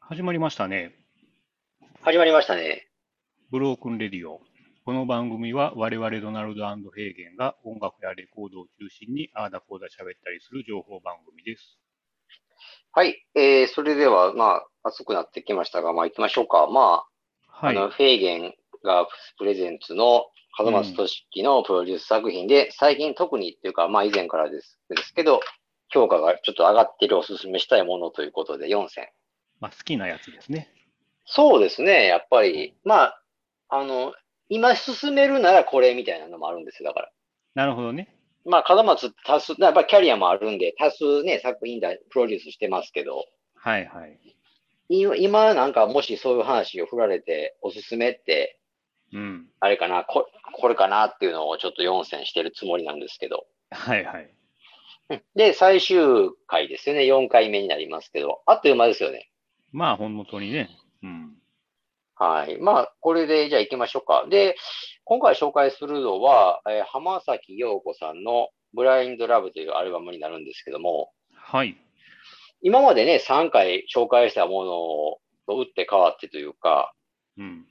始まりましたね。始まりましたね。ブロークンレディオ。この番組は我々ドナルドヘーゲンが音楽やレコードを中心にああだこうだ喋ったりする情報番組です。はい。えー、それでは、まあ、暑くなってきましたが、まあ、行きましょうか。まあ、はいあ。の、フェーゲンがプレゼンツの、風松俊樹のプロデュース作品で、最近特にっていうか、まあ、以前からですですけど、評価がちょっと上がってるおすすめしたいものということで、4選。まあ、好きなやつですね。そうですね、やっぱり。まあ、あの、今進めるならこれみたいなのもあるんですよ、だから。なるほどね。まあ、風松多数、やっぱりキャリアもあるんで、多数ね、作品だ、プロデュースしてますけど、はいはい。い今なんかもしそういう話を振られて、おすすめって、うん。あれかなこ、これかなっていうのをちょっと4選してるつもりなんですけど。はいはい。で、最終回ですよね。4回目になりますけど、あっという間ですよね。まあ、本当にね。うん。はい。まあ、これでじゃあ行きましょうか。で、今回紹介するのは、えー浜崎陽子さんのブラインドラブというアルバムになるんですけども、はい。今までね、3回紹介したものを打って変わってというか、うん。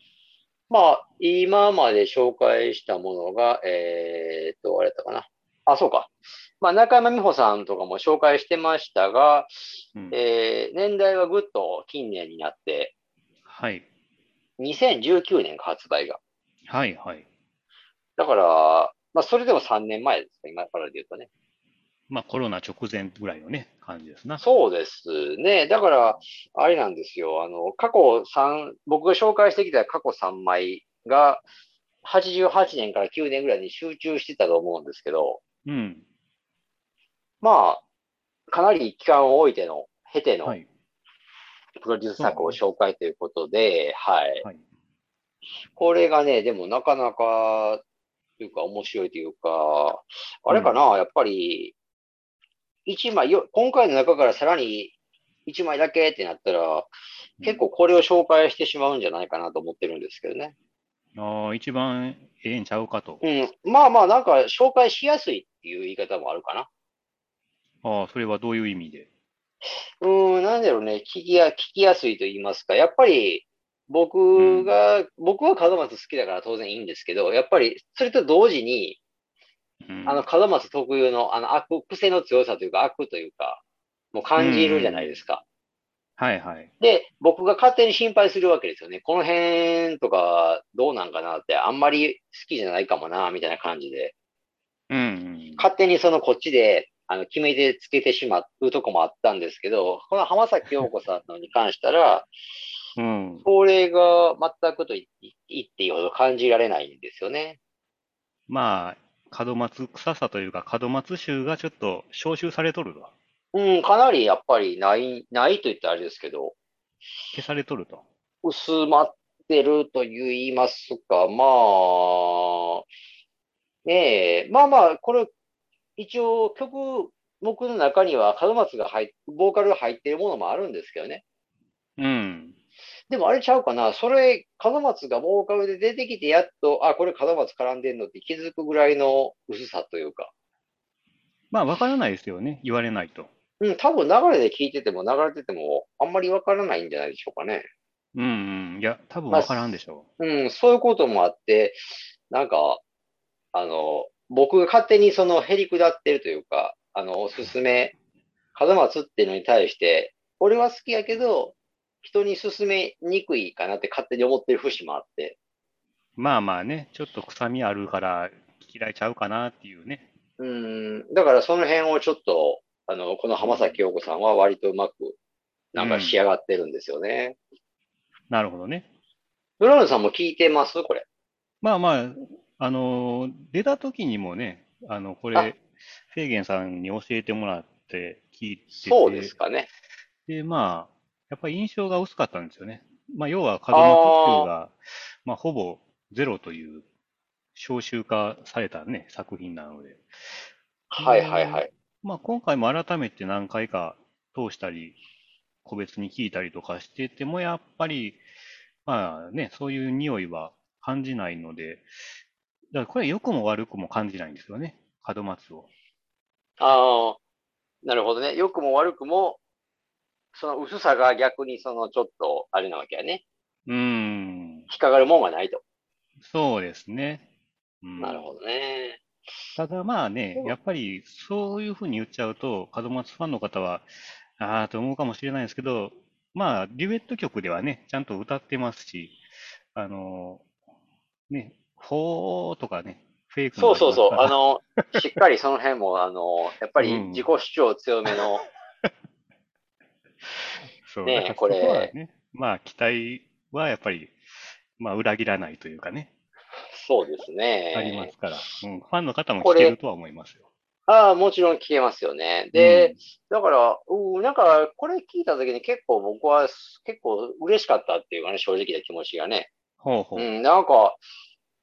まあ、今まで紹介したものが、えーっと、あれだったかな。あ、そうか。まあ、中山美穂さんとかも紹介してましたが、うん、えー年代はぐっと近年になって、はい。 2019年か発売が。はいはい。だから、まあ、それでも3年前ですか、今からで言うとね。まあ、コロナ直前ぐらいのね、感じですな。そうですね。だから、あれなんですよ。あの、過去3、僕が紹介してきた過去3枚が、88年から9年ぐらいに集中してたと思うんですけど、うん。まあ、かなり期間を置いての、経てのはい。プロデュース作を紹介ということで、はい。はい。これがね、でもなかなか、というか面白いというか、あれかな、やっぱり、一枚よ、今回の中からさらに一枚だけってなったら、結構これを紹介してしまうんじゃないかなと思ってるんですけどね。ああ、一番ええんちゃうかと。うん。まあまあ、なんか紹介しやすいっていう言い方もあるかな。ああ、それはどういう意味で。うーん、なんだろうね、聞きや、聞きやすいと言いますか、やっぱり、僕が、僕は門松好きだから当然いいんですけど、やっぱり、それと同時に、うんあの、門松特有の、あの、悪、癖の強さというか、悪というか、もう感じるじゃないですか。はいはい。で、僕が勝手に心配するわけですよね。この辺とか、どうなんかなって、あんまり好きじゃないかもな、みたいな感じで。うんうん。勝手にそのこっちで、あの、決めてつけてしまうとこもあったんですけど、この浜崎陽子さんのに関したら、うん。それが全くと言っていいほど感じられないんですよね。まあ、門松臭さというか、門松臭がちょっと消臭されとると。うん、かなりやっぱりない、ないと言ったらあれですけど、消されとると。薄まってると言いますか、まあ、ねえ、まあまあ、これ、一応曲目の中には門松が入っ、ボーカルが入ってるものもあるんですけどね。うん。でもあれちゃうかな、それ、門松がボーカルで出てきて、やっと、あ、これ門松絡んでんのって気づくぐらいの薄さというか。まあ、わからないですよね。言われないと。うん、多分流れで聞いてても流れててもあんまりわからないんじゃないでしょうかね。うんうん。いや、多分まあわからんでしょうん、そういうこともあって、なんか、あの、僕が勝手にそのへり下ってるというか、あの、おすすめ、風松っていうのに対して、俺は好きやけど、人に勧めにくいかなって勝手に思ってる節もあって、う。まあまあね、ちょっと臭みあるから嫌いちゃうかなっていうね。うん、だからその辺をちょっと、あの、この浜崎陽子さんは割とうまく、なんか仕上がってるんですよね。なるほどね。ドラムさんも聞いてますこれ。まあまあ、あのー出た時にもね、あの、こあれ、フェーゲンさんに教えてもらって聞いてて、そうですかね。で、まあ、やっぱり印象が薄かったんですよね。まあ、要は、風間あー特が、まあ、ほぼゼロという、消臭化されたね、作品なので。はいはいはい。まあ、今回も改めて何回か通したり、個別に聞いたりとかしてても、やっぱり、まあね、そういう匂いは感じないので、だからこれ良くも悪くも感じないんですよね、門松を。ああ、なるほどね。良くも悪くもその薄さが逆にそのちょっと、あれなわけやね。うーん。引っかかるもんがないと。そうですね。うんなるほどね。ただまあねで、もやっぱりそういうふうに言っちゃうと、門松ファンの方は、ああと思うかもしれないですけど、まあ、デュエット曲ではね、ちゃんと歌ってますし、あのね、ほーとかね、フェイクもそあうりそうそう。 ますあからの、しっかりその辺も、あの、やっぱりうん自己主張強めの、 そう、ねだからこれそこはね、まあ、期待はやっぱり、まあ、裏切らないというかね、そうですね。ありますから、うん、ファンの方もこ聞れけるとは思いますよ。ああ、もちろん聞けますよね。で、だから、うん、なんか、これ聞いた時に結構僕は結構嬉しかったっていうかね、正直な気持ちがね。うん、ほうほうう。ん、なんか、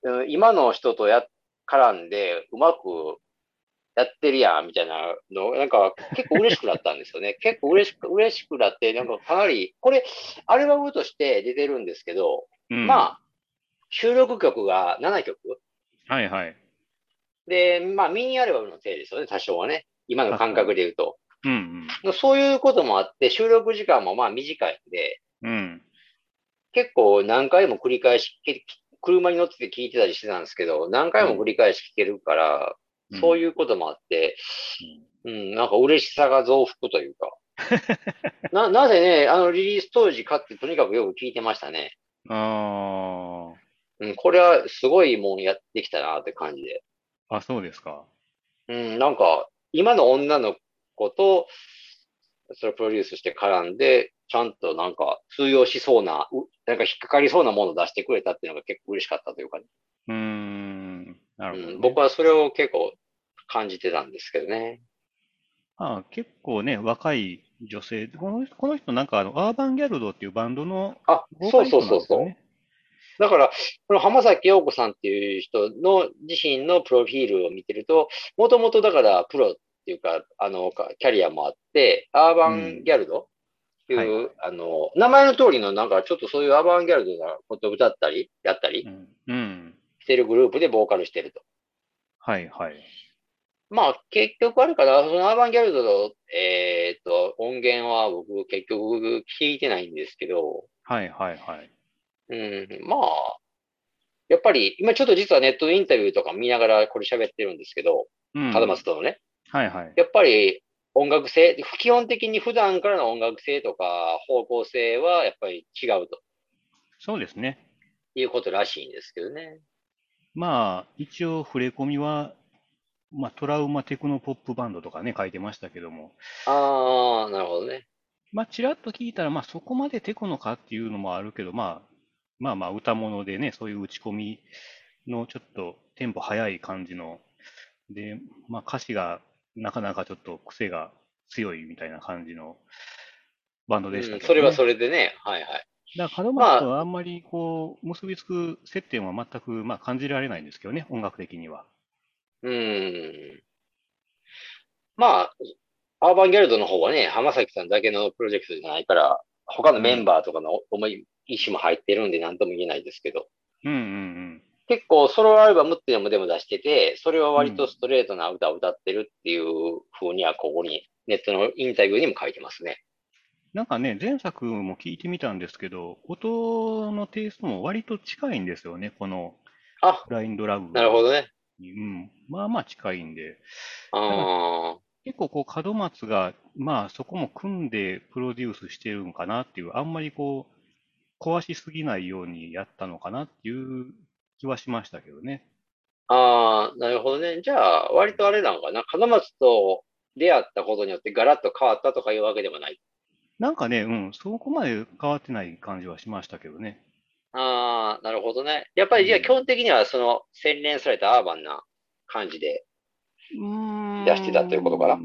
うん今の人とや、絡んで、うまくやってるやん、みたいなの、なんか、結構嬉しくなったんです よね。結構嬉しく、嬉しくなって、なんかかなり、これ、アルバムとして出てるんですけど、うん、まあ、収録曲が7曲あ、はいはい。で、まあ、ミニアルバムのせいですよね、多少はね。今の感覚で言うと。うんそういうこともあって、収録時間もまあ短いんで、うん。うん。結構何回も繰り返し、け車に乗ってて聞いてたりしてたんですけど、何回も繰り返し聞けるから、そういうこともあって、うん、なんか嬉しさが増幅というか。 な、なぜね、あのリリース当時買ってとにかくよく聞いてましたね。うん。あうん、これはすごいもんやってきたなって感じで。あ、あ、そうですか。うん、なんか、今の女の子と、それをプロデュースして絡んで、ちゃんとなんか通用しそうな、うなんか引っかかりそうなものを出してくれたっていうのが結構嬉しかったというか、ねうーん。なるほどうね。ん、僕はそれを結構感じてたんですけどね。まあ、結構ね、若い女性、このこの人なんかあの、アーバンギャルドっていうバンドのあ、ボーカそうリスそトうそうそう。なんですよね。だから、この浜崎陽子さんっていう人の自身のプロフィールを見てると、もともとだからプロっていうか、あの、かキャリアもあって、アーバンギャルドっていう、うんあの、名前の通りのなんかちょっとそういうアーバンギャルドなことを歌ったり、やったりうん。うん。してるグループでボーカルしてると。はいはい。まあ、結局あるから、そのアーバンギャルドの、えーっと、音源は僕結局聞いてないんですけど、はいはいはい。うん、まあ、やっぱり、今ちょっと実はネットインタビューとか見ながらこれ喋ってるんですけど、うん。門松とのね、はいはい。やっぱり音楽性、基本的に普段からの音楽性とか方向性はやっぱり違うとそうですね。いうことらしいんですけどね。まあ、一応、触れ込みは、まあ、トラウマテクノポップバンドとかね、書いてましたけども、ああ、なるほどね。まあ、ちらっと聞いたら、まあ、そこまでテクノかっていうのもあるけど、まあ、まあまあ、歌物でね、そういう打ち込みのちょっとテンポ速い感じの、で、まあ、歌詞がなかなかちょっと癖が強いみたいな感じのバンドうでしたん、けそど、ねれはそれでね、はいはい。だから、門まあ松とはあんまりこう、結びつく接点は全く、まあ、感じられないんですけどね、音楽的には。うん。まあ、アーバンギャルドの方はね、浜崎さんだけのプロジェクトじゃないから、他のメンバーとかの思い、意思も入ってるんで何とも言えないですけど、うんうんうん。結構ソロアルバムっていうのもでも出してて、それは割とストレートな歌を歌ってるっていう風には、ここにネットのインタビューにも書いてますね。なんかね、前作も聞いてみたんですけど、音のテイストも割と近いんですよね、このあ、ブラインドラブなるほどね。に。うん、まあまあ近いんで、あ結構こう門松が、まあそこも組んでプロデュースしてるんかなっていう、あんまりこう、壊しすぎないようにやったのかなっていう気はしましたけどね。あ、ああ、なるほどね。じゃあ、割とあれなのかな。門松と出会ったことによってガラッと変わったとかいうわけでもない。なんかね、うん、そこまで変わってない感じはしましたけどね。ああ、なるほどね。やっぱりじゃあ基本的にはその洗練されたアーバンな感じで。出出してたということかな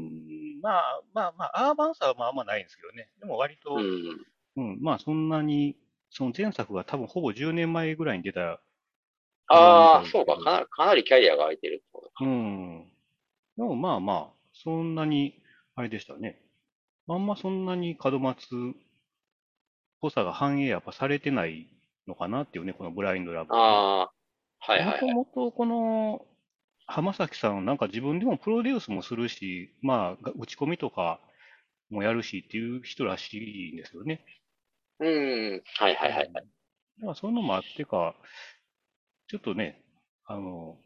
まあまあまあ、アーバンさはまああんまないんですけどね。でも割と、うん。うん、まあそんなに、その前作が多分ほぼ10年前ぐらいに出た、ああ、そうか。かな、かなりキャリアが空いてるってことか。うん。でもまあまあ、そんなに、あれでしたね。あんまそんなに門松っぽさが反映やっぱされてないのかなっていうね、このブラインドラブ。ああ、はいはいはい。もともとこの浜崎さん、なんか自分でもプロデュースもするし、まあ、が打ち込みとか、もやるしっていう人らしいんですよね。うん。はいはいはだい。からそういうのもあってか、ちょっとね、あの、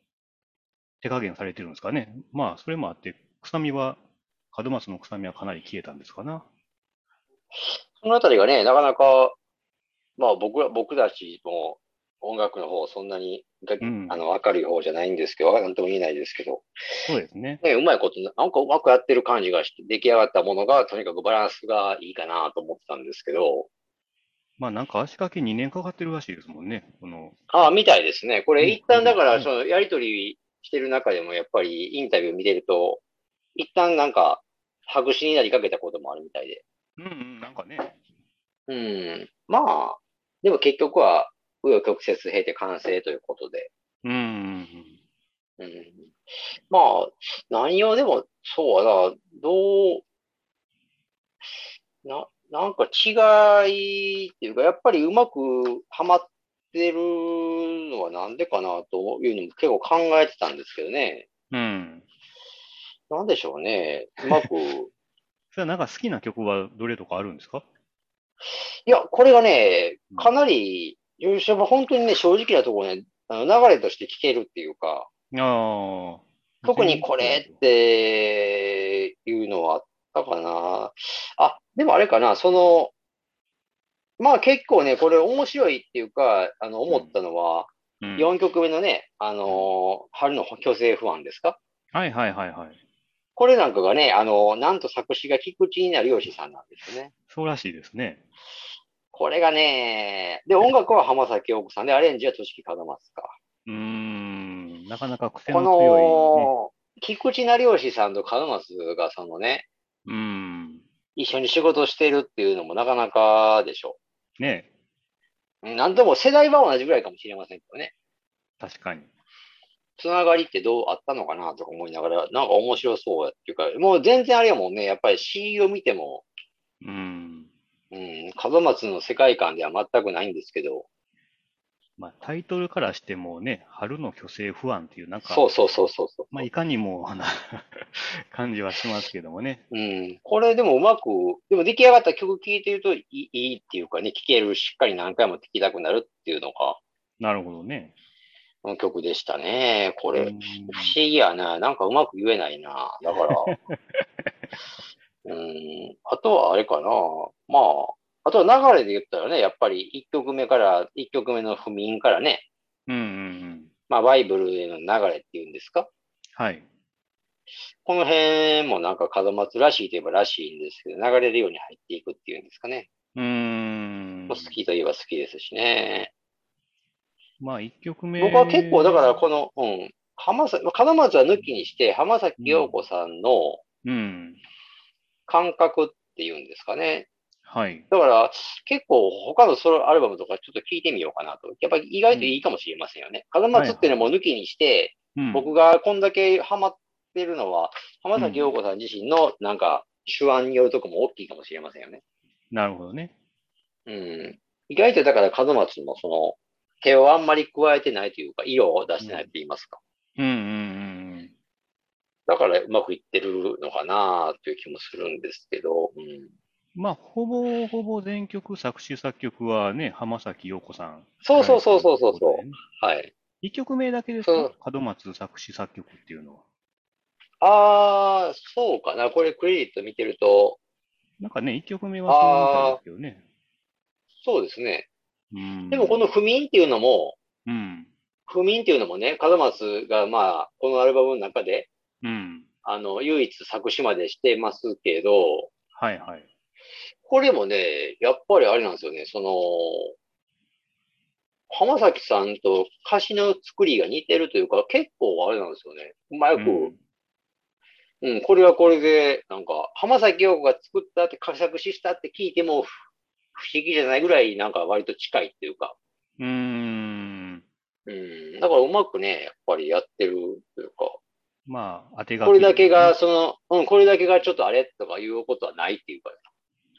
手加減されてるんですかね。まあ、それもあって、臭みは、門松の臭みはかなり消えたんですかな。そのあたりがね、なかなか、まあ僕ら、僕たちも音楽の方、そんなにが、うんあの、明るい方じゃないんですけど、なんとも言えないですけど、そうですね。ね、うまいことな、なんかうまくやってる感じがして、出来上がったものが、とにかくバランスがいいかなと思ってたんですけど、まあ、なんか足掛け2年かかってるらしいですもんね。この、ああ、みたいですね。こうんれ一旦だかうら、んそのやりとりしてる中でも、やっぱりインタビュー見てると、一旦なんか、白紙になりかけたこともあるみたいで。うんうん、なんかね。うん。まあ、でも結局は、紆余曲折経て完成ということで。うんうんうんまあ、何をでも、そうやな、どう、な、なんか違いっていうか、やっぱりうまくはまってるのはなんでかなというのも結構考えてたんですけどね。うん。うん。なんでしょうね。うまく。 いそれはなんか好きな曲はどれとかあるんですかや、これがねう、んかなり、優勝は本当にね、正直なところね、あの流れとして聞けるっていうか、ああ。特にこれっていうのはあったかな。あ、でもあれかな、その、まあ結構ね、これ面白いっていうか、あの、思ったのは、うん、 4曲目のね、あのー春の虚勢不安ですかはいはいはいはい。これなんかがね、あのーなんと作詞が菊池稲良志さんなんですよね。そうらしいですね。これがね、で、音楽は浜崎陽子さんで、アレンジは俊樹門松か。うーん、なかなか癖のこ強の、菊池稲良志さんと門松がそのね、い、ね。うーん。一緒に仕事してるっていうのもなかなかでしょう。ねうんなんとも世代は同じぐらいかもしれませんけどね。確かに。つながりってどうあったのかなとか思いながら、なんか面白そうやっていうか、もう全然あれやもんね、やっぱり C を見ても、うーん。うん、門松の世界観では全くないんですけど、まあ、タイトルからしてもね、春の虚勢不安っていう、なんか、そうそうそうそうそう、まあ、いかにも、あの 感じはしますけどもね。うん。これでもうまく、でも出来上がった曲聴いてるといいいいっていうかね、聴ける、しっかり何回も聴きたくなるっていうのが、なるほどね。この曲でしたね。こうれ、ーん不思議やな。なんかうまく言えないな。だから。うん。あとはあれかな。まあ、あとは流れで言ったらね、やっぱり1曲目から、1曲目の不眠からね、うんうんうん。まあ、バイブルへの流れっていうんですか。はい。この辺もなんか門松らしいといえばらしいんですけど、流れるように入っていくっていうんですかね。うーんもう。好きといえば好きですしね。まあ、一曲目。僕は結構、だから、この、うん、浜崎、門松は抜きにして、浜崎陽子さんのうん。感覚っていうんですかね。はい。だから、結構他のソロアルバムとかちょっと聞いてみようかなと。やっぱり意外といいかもしれませんよね。風松っていうのも抜きにして、うん、僕がこんだけハマってるのは、浜崎陽子さん自身のなんか手腕によるとこも大きいかもしれませんよね。なるほどね。うん。意外とだから風松もその、手をあんまり加えてないというか、色を出してないと言いますか。うんうんうんうん。だからうまくいってるのかなという気もするんですけど、うん。まあ、ほぼほぼ全曲作詞作曲はね、浜崎陽子さん。そうそうそうそうそうそう。はい。 1曲目だけですか、うん門松作詞作曲っていうのは。ああ、そうかな。これクレジット見てると、なんかね、1曲目はそうみたいですそうですけどね。ね。うんでもこの不眠っていうのも、うん。不眠っていうのもね、門松がまあ、このアルバムの中で、うん。あの、唯一作詞までしてますけど、はいはい。これもね、やっぱりあれなんですよね、その、浜崎さんと歌詞の作りが似てるというか、結構あれなんですよね。うまく、うんうん、これはこれで、なんか、浜崎陽子が作ったって、作作詞したって聞いても、ふ不思議じゃないぐらい、なんか割と近いっていうか、うーん。うん、だからうまくね、やっぱりやってるというか、まあ、当てがこれだけが、とその、うん、これだけがちょっとあれとかいうことはないっていうか、いうか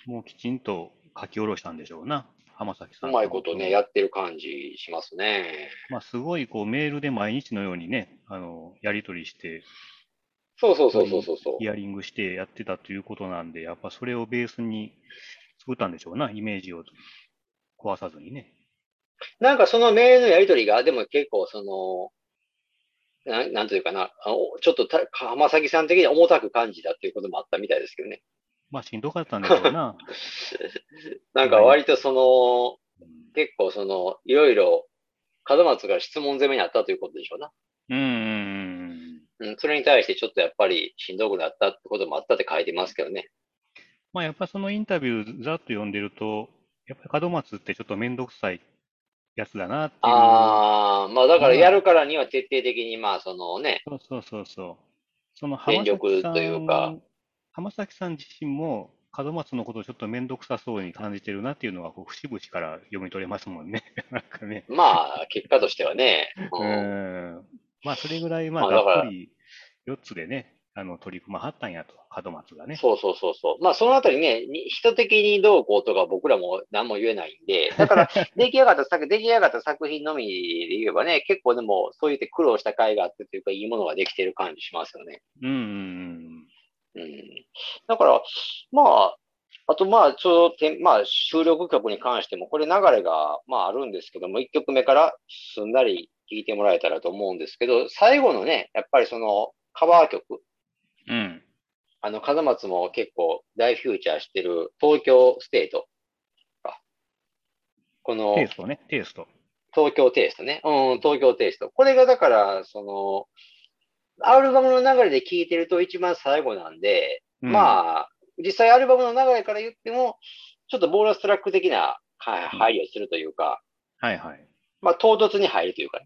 ねもうきちんと書き下ろしたんでしょうな。浜崎さ。うんまいことね、やってる感じしますね。まあ、すごいこうメールで毎日のようにね、あの、やり取りして、そうそうそうそうそうそう。ヒアリングしてやってたということなんで、やっぱそれをベースに作ったんでしょうな、イメージを壊さずにね。なんかそのメールのやりとりが、でも結構その、なんなんというかな、あのちょっとた浜崎さん的には重たく感じたっていうこともあったみたいですけどね。まあしんどかったんでしょうな。なんか割とそうんの、結構その、いろいろ、門松が質問攻めにあったということでし ょうな。うんうんうん。うん、それに対してちょっとやっぱりしんどくなったってこともあったって書いてますけどね。まあやっぱそのインタビューざっと読んでると、やっぱり門松ってちょっと面倒くさいやつだなっていう。ああ、まあだからやるからには徹底的に、まあそのね、そうそうそうそう。その全力というかん、浜崎さん自身も門松のことをちょっと面倒くさそうに感じてるなっていうのが、こう節々から読み取れますもんね。 なんかね。まあ結果としてはね、ううんん。まあ、それぐらい、まあ、まあだからがっぽり4つでね、あの、取り組まはったんやと、門松がね。そうそうそうそう。まあそのあたりね、に人的にどうこうとか僕らも何も言えないんで、だから 出来上がった作、出来上がった作品のみで言えばね、結構でもそう言って苦労した甲斐があってというか、いいものができてる感じしますよね。うんうんうん。だから、まあ、あとまあちょうどて、まあ収録曲に関しても、これ流れがまああるんですけども、1曲目からすんなり聴いてもらえたらと思うんですけど、最後のね、やっぱりそのカバー曲、うん。うん。あの、風松も結構大フューチャーしてる東京ステートか。このテイストね、テイスト。東京テイストね。うん、東京テイスト。これがだから、その、アルバムの流れで聴いてると一番最後なんで、あ、まあ、実際アルバムの流れから言っても、ちょっとボーナストラック的なはうん配慮をするというか、はいはい。まあ、唐突に入るというか、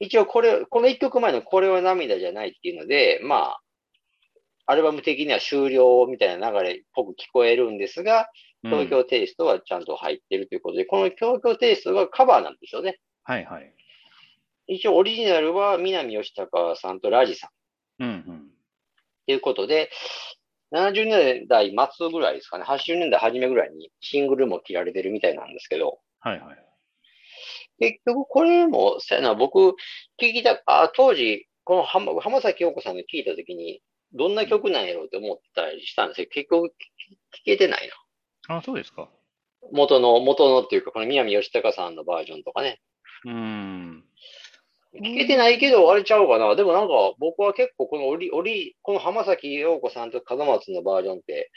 一応これ、この一曲前のこれは涙じゃないっていうので、まあ、アルバム的には終了みたいな流れっぽく聞こえるんですが、東うん京テイストはちゃんと入ってるということで、この東京テイストがカバーなんですよね。はいはい。一応オリジナルは南吉高さんとラジさんうんうん。ということで、70年代末ぐらいですかね、80年代初めぐらいにシングルも切られてるみたいなんですけど、はいはい。結局これも、せやな、僕、聞きた、あ、当時、この浜浜崎陽子さんの聞いたときに、どんな曲なんやろうって思ったりしたんですけど、結局聞けてないな。あ、そうですか。元の、元のっていうか、この南吉高さんのバージョンとかね。うん。聞けてないけど、あれちゃうかな。でもなんか、僕は結構このオリ、オリ、この浜崎陽子さんと門松のバージョンって、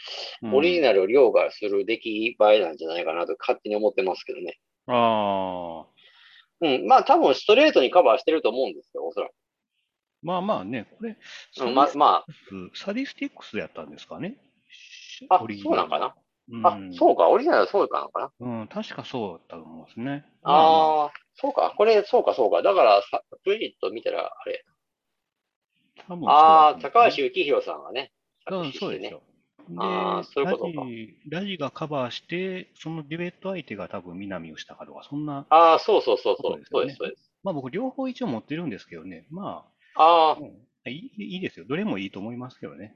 オリジル。ナルを凌駕する出来栄えなんじゃないかなと勝手に思ってますけどね。ああ。うん。まあ多分ストレートにカバーしてると思うんですよ、おそらまあまあね、これ、く。うん、ま、まサディスティックスやったんですかね。あ、あオリ、ジそうナなルんかな。うあん、そうか、オリジナルはそうかなのかな。うん、確かそうだと思うんですね。まあまあああ、そうか、これ、そうか、そうか。だからさ、クレジット見たら、あれ、多分そうああ、だと思高うんです橋ね幸宏さんがね、作うん詞そうしてですね。よ。あーそういうことかラジラジがカバーして、そのデュエット相手が多分南をしたかとか、そんな、ああ、そうそうそう、そうそそううでですす、よそねうです。まあ僕両方一応持ってるんですけどね、まああ、いいいいですよ。どれもいいと思いますけどね。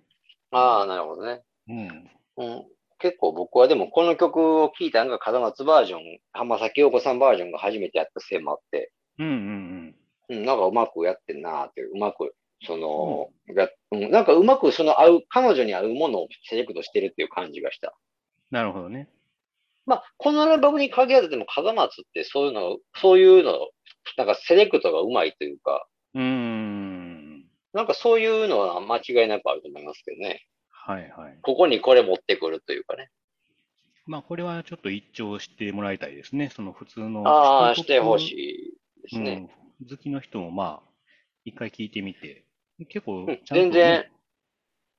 あ、ああ、なるほどね。うん。うん、結構僕はでも、この曲を聴いたのが、門松バージョン、浜崎陽子さんバージョンが初めてやったせいもあって、うんうんうん、なんかうまくやってんなーっていう、うまく、その、がうん、なんかうまく、その合う、彼女に合うものをセレクトしてるっていう感じがした。なるほどね。まあ、このアルバムに限らずでも、風松ってそういうの、そういうの、なんかセレクトがうまいというか、うーん。なんかそういうのは間違いなくあると思いますけどね。はいはい。ここにこれ持ってくるというかね。まあこれはちょっと一聴してもらいたいですね。その普通の。あ韓あ、し国てほしいですね。うん、好きの人もまあ、一回聞いてみて、結構うんちゃんとね、全然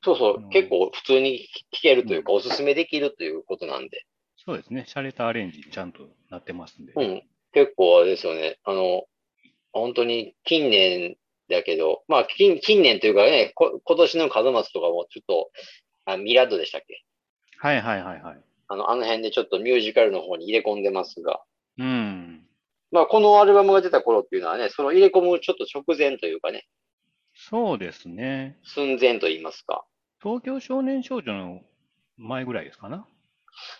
そうそう、うん結構普通に聞けるというか、おすすめできるということなんで。そうですね、洒落たアレンジにちゃんとなってますんで。うん。結構あれですよね。あの、本当に近年だけど、まあ、近近年というかね、こ今年の風松とかもちょっと、あミラッドでしたっけはいはいはいはい。あの、あの辺でちょっとミュージカルの方に入れ込んでますが、うん。まあ、このアルバムが出た頃っていうのはね、その入れ込むちょっと直前というかね、そうですね、寸前と言いますか、東京少年少女の前ぐらいですかな。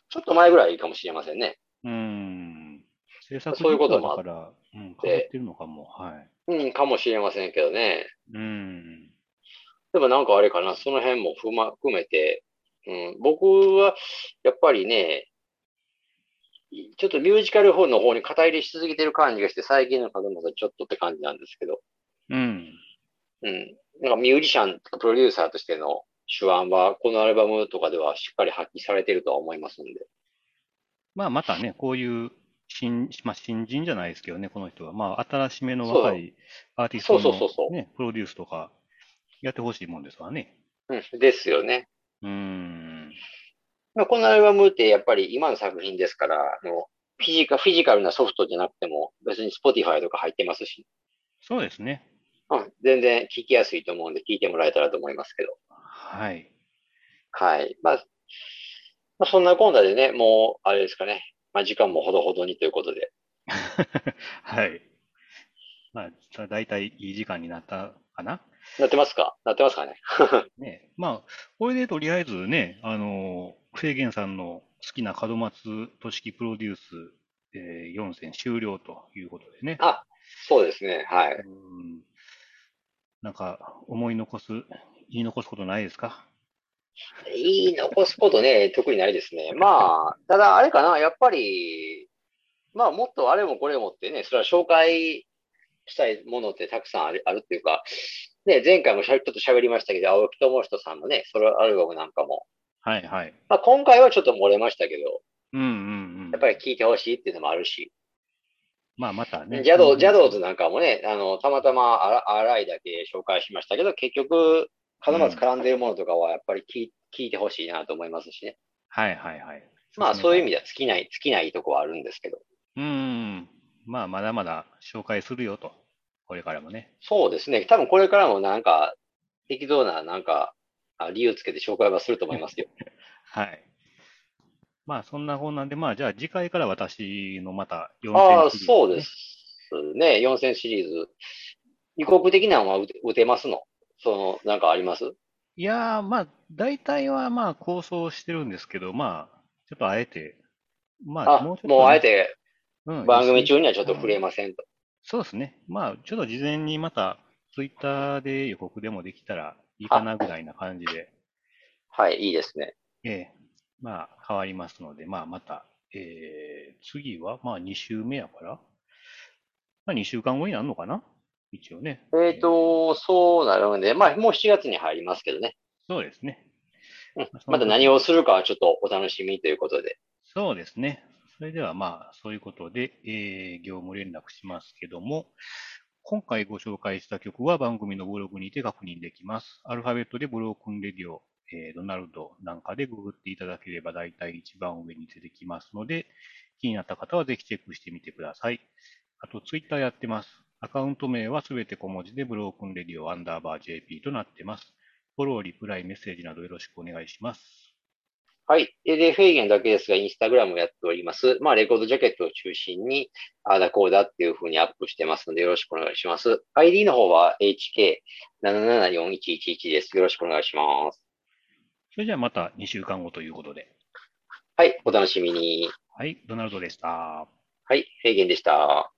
ちょっと前ぐらいかもしれませんね。うん。制作そういうこともあっだから、うん、変わってるのかも。はい。うん、かもしれませんけどね。うん。でもなんかあれかな、その辺も含ま含めて、うん、僕はやっぱりね、ちょっとミュージカル本の方に肩入れし続けてる感じがして、最近の風間さんちょっとって感じなんですけど、うん。うん。なんかミュージシャンとかプロデューサーとしての手腕は、このアルバムとかではしっかり発揮されてるとは思いますんで。まあ、またね、こういう新、まあ、新人じゃないですけどね、この人は。まあ、新しめのそう若いアーティストの、ね、そうそうそうそうプロデュースとかやってほしいもんですわね。うん。ですよね。うーん。まあ、このアルバムってやっぱり今の作品ですから、あのフィジカフィジカルなソフトじゃなくても別に Spotify とか入ってますし、そうですね。うん、全然聞きやすいと思うんで聞いてもらえたらと思いますけど。はい。 はい。まあ、まあ、そんなこんなでね、もうあれですかね、まあ、時間もほどほどにということで、はい。まあ、だいたいいい時間になったかな。なってますかなってますかねね、まあ、これでとりあえずね、あのー、制限さんの好きな門松俊樹プロデュース、えー4選終了ということでね。あ、そうですね。はい。うんなんか、思い残す、言い残すことないですかいい残すことね、 特にないですね。まあ、ただあれかな、やっぱり、まあもっとあれもこれもってね、それは紹介したいものってたくさんあるあるっていうか、ね、前回もしゃちょっと喋りましたけど、青木智人さんのね、ソロアルバムなんかも、はいはい。まあ今回はちょっと漏れましたけど、うんうんうん。やっぱり聴いてほしいっていうのもあるし、まあまたジね。ャドジャドーズズなんかもね、あの、たまたまあら荒いだけ紹介しましたけど、結局、門松絡んでるものとかはやっぱり聞い聞いてほしいなと思いますしね。はいはいはい。まあそういう意味で。では尽きない、尽きないとこはあるんですけど。うん。まあ、まだまだ紹介するよと。これからもね。そうですね。多分これからもなんか、適当ななんか、あ理由つけて紹介はすると思いますよ。はい。まあ、そんなこんなんで、まあ、じゃあ次回から私のまた4ああ、選シリーズそうねですね。4戦シリーズ。異国的なのは打て打てますのその、なんかありますいやー、まあ、大体はまあ構想してるんですけど、まあ、ちょっとあえて、まあ、あ、ももうちょっとうあねえてうん番組中にはちょっと触れませんと。そうですね。まあ、ちょっと事前にまた、ツイッターで予告でもできたらいいかなぐらいな感じで、はい、いいですね。ええまあ、変わりますので、まあ、また、えー次は、まあ、2週目やから、まあ、2週間後になるのかな一応ね。えっ、と、そうなるんで、まあもう7月に入りますけどね。そうですね。うんまあそのまた何をするかはちょっとお楽しみということで。そうですね。それではまあ、そういうことで、えー業務連絡しますけども、今回ご紹介した曲は番組のブログにて確認できます。アルファベットでブロークンレディオ、えードナルドなんかでググっていただければ大体一番上に出てきますので、気になった方はぜひチェックしてみてください。あと、ツイッターやってます。アカウント名はすべて小文字でブロークンレディオアンダーバー JP となってます。フォロー、リプライ、メッセージなどよろしくお願いします。はい。で、でフェイゲンだけですが、インスタグラムをやっております。まあ、レコードジャケットを中心に、あーだこうだっていう風にアップしてますので、よろしくお願いします。ID の方は HK774111 です。よろしくお願いします。それじゃあまた2週間後ということで。はい。お楽しみに。はい、ドナルドでした。はい。フェイゲンでした。